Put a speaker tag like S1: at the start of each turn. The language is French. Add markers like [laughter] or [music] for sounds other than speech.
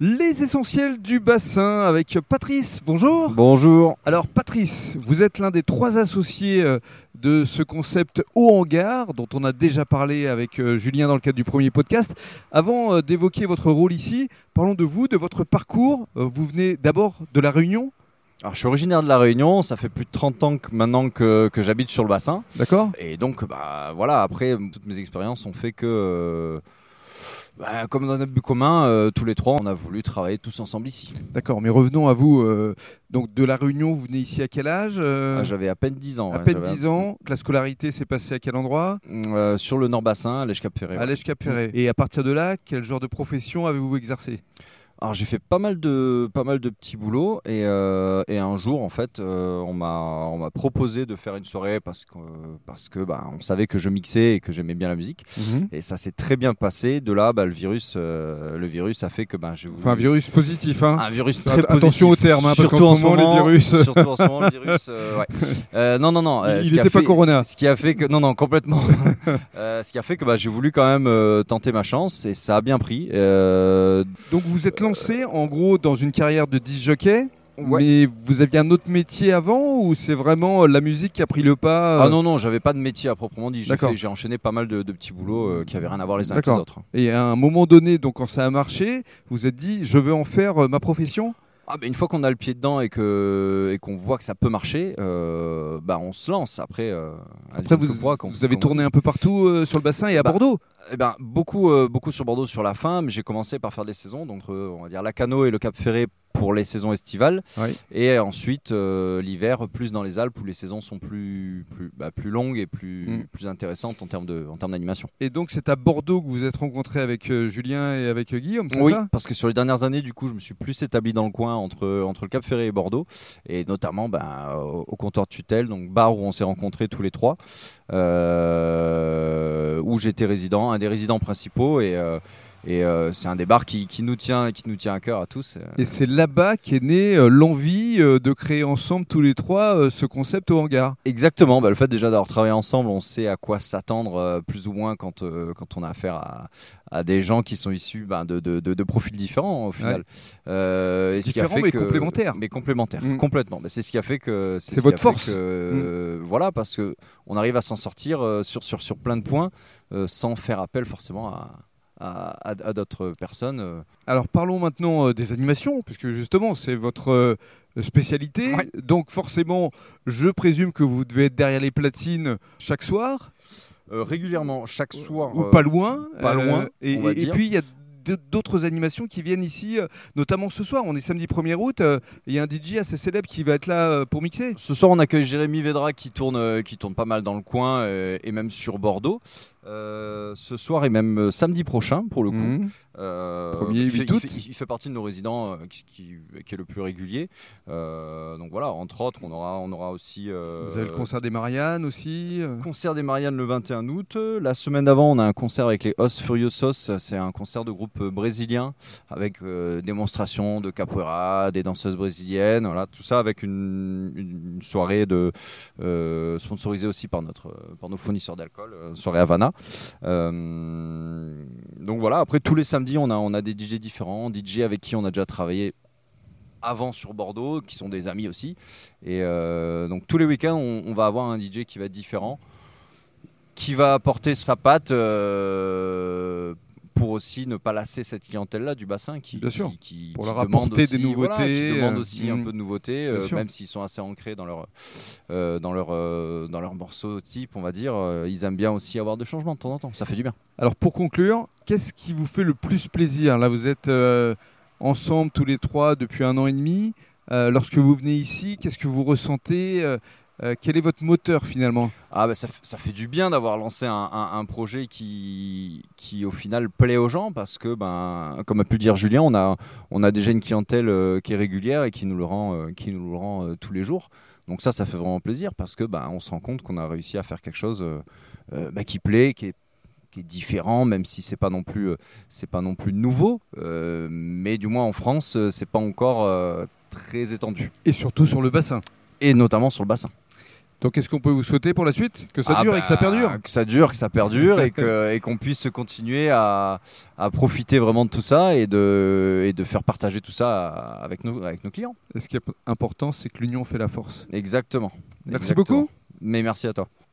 S1: Les essentiels du bassin avec Patrice. Bonjour.
S2: Bonjour.
S1: Alors Patrice, vous êtes l'un des trois associés euh, de ce concept au hangar dont on a déjà parlé avec euh, Julien dans le cadre du premier podcast. Avant euh, d'évoquer votre rôle ici, parlons de vous, de votre parcours. Euh, Vous venez d'abord de la Réunion,
S2: Alors, je suis originaire de La Réunion, ça fait plus de 30 ans que, maintenant que, que j'habite sur le bassin.
S1: d'accord
S2: Et donc, bah, voilà, après, toutes mes expériences ont fait que, euh, bah, comme dans notre but commun, euh, tous les trois, on a voulu travailler tous ensemble ici.
S1: D'accord, mais revenons à vous. euh, donc de la Réunion, vous venez ici à quel âge Euh,
S2: Ah, J'avais à peine 10 ans.
S1: À
S2: ouais,
S1: peine
S2: j'avais
S1: 10 ans. Que La scolarité s'est passée à quel endroit
S2: Euh, sur le Nord-Bassin, à Lèche-Cap-Ferré.
S1: À Lèche-Cap-Ferré. Et à partir de là, quel genre de profession avez-vous exercé
S2: Alors j'ai fait pas mal de pas mal de petits boulots et, euh, et un jour en fait euh, on m'a on m'a proposé de faire une soirée parce que parce que bah on savait que je mixais et que j'aimais bien la musique et ça s'est très bien passé de là bah, le virus euh, le virus a fait que bah, j'ai voulu-
S1: Enfin, un virus positif, hein
S2: un virus très
S1: Att- attention
S2: positif.
S1: aux termes, hein, parce
S2: surtout
S1: qu'en
S2: en
S1: ce moment, les virus- euh,
S2: surtout en ce moment, le virus.
S1: [laughs]
S2: euh, ouais. Euh, non, non, non. euh,
S1: Il-
S2: ce
S1: il
S2: qui a
S1: était pas
S2: fait-
S1: Corona.
S2: Ce qui a fait que non, non, complètement.
S1: [laughs]
S2: Euh, ce qui a fait que bah, j'ai voulu quand même euh, tenter ma chance et ça a bien pris. Euh,
S1: Donc vous vous êtes lancé en gros dans une carrière de disc jockey,
S2: Ouais.
S1: mais vous aviez un autre métier avant ou c'est vraiment euh, la musique qui a pris le pas euh,
S2: Ah non, non, j'avais pas de métier à proprement dit. J'ai
S1: D'accord.
S2: fait- J'ai enchaîné pas mal de, de petits boulots euh, qui avaient rien à voir les uns avec les
S1: D'accord.
S2: autres.
S1: euh, Et à un moment donné, donc quand ça a marché, vous vous êtes dit je veux en faire euh, ma profession
S2: Ah, bah, une fois qu'on a le pied dedans et que et qu'on voit que ça peut marcher, euh, bah, on se lance. Après, euh,
S1: Après
S2: advienne
S1: vous,
S2: que pourra, qu'on-
S1: vous avez
S2: qu'on-
S1: tourné un peu partout euh, sur le bassin et à
S2: Bah,
S1: Bordeaux.
S2: Eh ben, beaucoup, euh, beaucoup sur Bordeaux sur la fin, mais j'ai commencé par faire des saisons, donc euh, on va dire la Cano et le Cap Ferré pour les saisons estivales,
S1: Oui.
S2: et ensuite euh, l'hiver plus dans les Alpes où les saisons sont plus, plus, bah, plus longues et plus,
S1: Mm.
S2: plus intéressantes en termes de- en termes d'animation.
S1: Et donc c'est à Bordeaux que vous vous êtes rencontré avec euh, Julien et avec euh, Guillaume, c'est ça
S2: parce que sur les dernières années, du coup, je me suis plus établi dans le coin entre, entre le Cap Ferré et Bordeaux, et notamment ben, au, au comptoir de tutelle, donc bar où on s'est rencontrés tous les trois, euh, où j'étais résident, un des résidents principaux, et, euh, et euh, c'est un des bars qui, qui nous tient, qui nous tient à cœur à tous. euh.
S1: Et c'est là-bas qu'est née euh, l'envie euh, de créer ensemble tous les trois euh, ce concept au hangar.
S2: Exactement, bah, le fait déjà d'avoir travaillé ensemble, on sait à quoi s'attendre euh, plus ou moins quand, euh, quand on a affaire à, à des gens qui sont issus ben, de, de- de- de profils différents au final. Euh, et ce qui a
S1: Différents,
S2: fait
S1: mais
S2: que-
S1: complémentaires.
S2: Mais complémentaires,
S1: Mm.
S2: complètement. Mais c'est ce qui a fait que.
S1: C'est
S2: ce qui
S1: votre
S2: a fait
S1: force. Mm.
S2: que, euh, Voilà, parce que on arrive à s'en sortir euh, sur, sur, sur plein de points euh, sans faire appel forcément à, à, à- à d'autres personnes. euh,
S1: Alors parlons maintenant euh, des animations, puisque justement c'est votre euh, spécialité.
S2: Ouais.
S1: Donc forcément, je présume que vous devez être derrière les platines chaque soir,
S2: euh, régulièrement, chaque soir.
S1: ou
S2: euh,
S1: pas loin.
S2: pas loin,
S1: et,
S2: on va
S1: et- et
S2: dire.
S1: puis il y a d- d'autres animations qui viennent ici, euh, notamment ce soir. On est samedi 1er août, euh, et il y a un DJ assez célèbre qui va être là euh, pour mixer.
S2: Ce soir, on accueille Jérémy Vedra qui tourne, euh, qui tourne pas mal dans le coin euh, et même sur Bordeaux. Euh, ce soir et même euh, samedi prochain, pour le coup.
S1: Mhm.
S2: Euh,
S1: Premier
S2: il, fait,
S1: huit
S2: il
S1: août.
S2: fait- il fait partie de nos résidents euh, qui, qui- qui est le plus régulier. Euh, donc voilà, entre autres, on aura, on aura aussi. euh,
S1: Vous avez le concert des Mariannes aussi. euh.
S2: concert des Mariannes le 21 août. Euh, La semaine d'avant, on a un concert avec les Os Furiosos. C'est un concert de groupe euh, brésilien avec euh, démonstration de capoeira, des danseuses brésiliennes. Voilà, tout ça avec une, une soirée de, euh, sponsorisée aussi par, notre, euh, par nos fournisseurs d'alcool, euh, soirée Havana. Euh, donc voilà, après tous les samedis, on a, on a des DJ différents, DJ avec qui on a déjà travaillé avant sur Bordeaux, qui sont des amis aussi. Et euh, donc tous les week-ends, on, on va avoir un DJ qui va être différent, qui va apporter sa patte euh, pour aussi ne pas lasser cette clientèle-là du bassin qui,
S1: Bien sûr.
S2: qui- qui-
S1: Pour
S2: qui
S1: leur
S2: demande
S1: apporter
S2: aussi-
S1: des
S2: voilà,
S1: nouveautés,
S2: qui demande
S1: euh,
S2: aussi
S1: mm.
S2: un peu de nouveautés,
S1: Bien
S2: euh,
S1: sûr.
S2: même s'ils sont assez ancrés dans leur, euh, dans leur, euh, dans leur morceau type, on va dire. euh, ils aiment bien aussi avoir de changements de temps en temps, ça fait du bien.
S1: Alors pour conclure, qu'est-ce qui vous fait le plus plaisir Là, vous êtes euh, ensemble tous les trois depuis un an et demi. Euh, lorsque vous venez ici, qu'est-ce que vous ressentez Euh, euh, Quel est votre moteur finalement
S2: Ah bah ça, f- ça fait du bien d'avoir lancé un, un- un projet qui, qui au final plaît aux gens parce que ben comme a pu le dire Julien on a, on a déjà une clientèle euh, qui est régulière et qui nous le rend, euh, qui nous le rend euh, tous les jours donc ça ça fait vraiment plaisir parce que ben on se rend compte qu'on a réussi à faire quelque chose euh, euh, bah, qui plaît qui est qui est différent même si c'est pas non plus euh, c'est pas non plus nouveau euh, mais du moins en France euh, c'est pas encore euh, très étendu
S1: Et surtout sur le bassin.
S2: et notamment sur le bassin
S1: Donc, est-ce qu'on peut vous souhaiter pour la suite Que ça
S2: Ah
S1: dure
S2: bah,
S1: et que ça perdure
S2: Que ça dure, que ça perdure et que- et qu'on puisse continuer à, à profiter vraiment de tout ça et de, et de faire partager tout ça à- avec nos, avec nos clients.
S1: Et ce qui est important, c'est que l'union fait la force.
S2: Exactement.
S1: Merci
S2: Exactement.
S1: beaucoup.
S2: Mais merci à toi.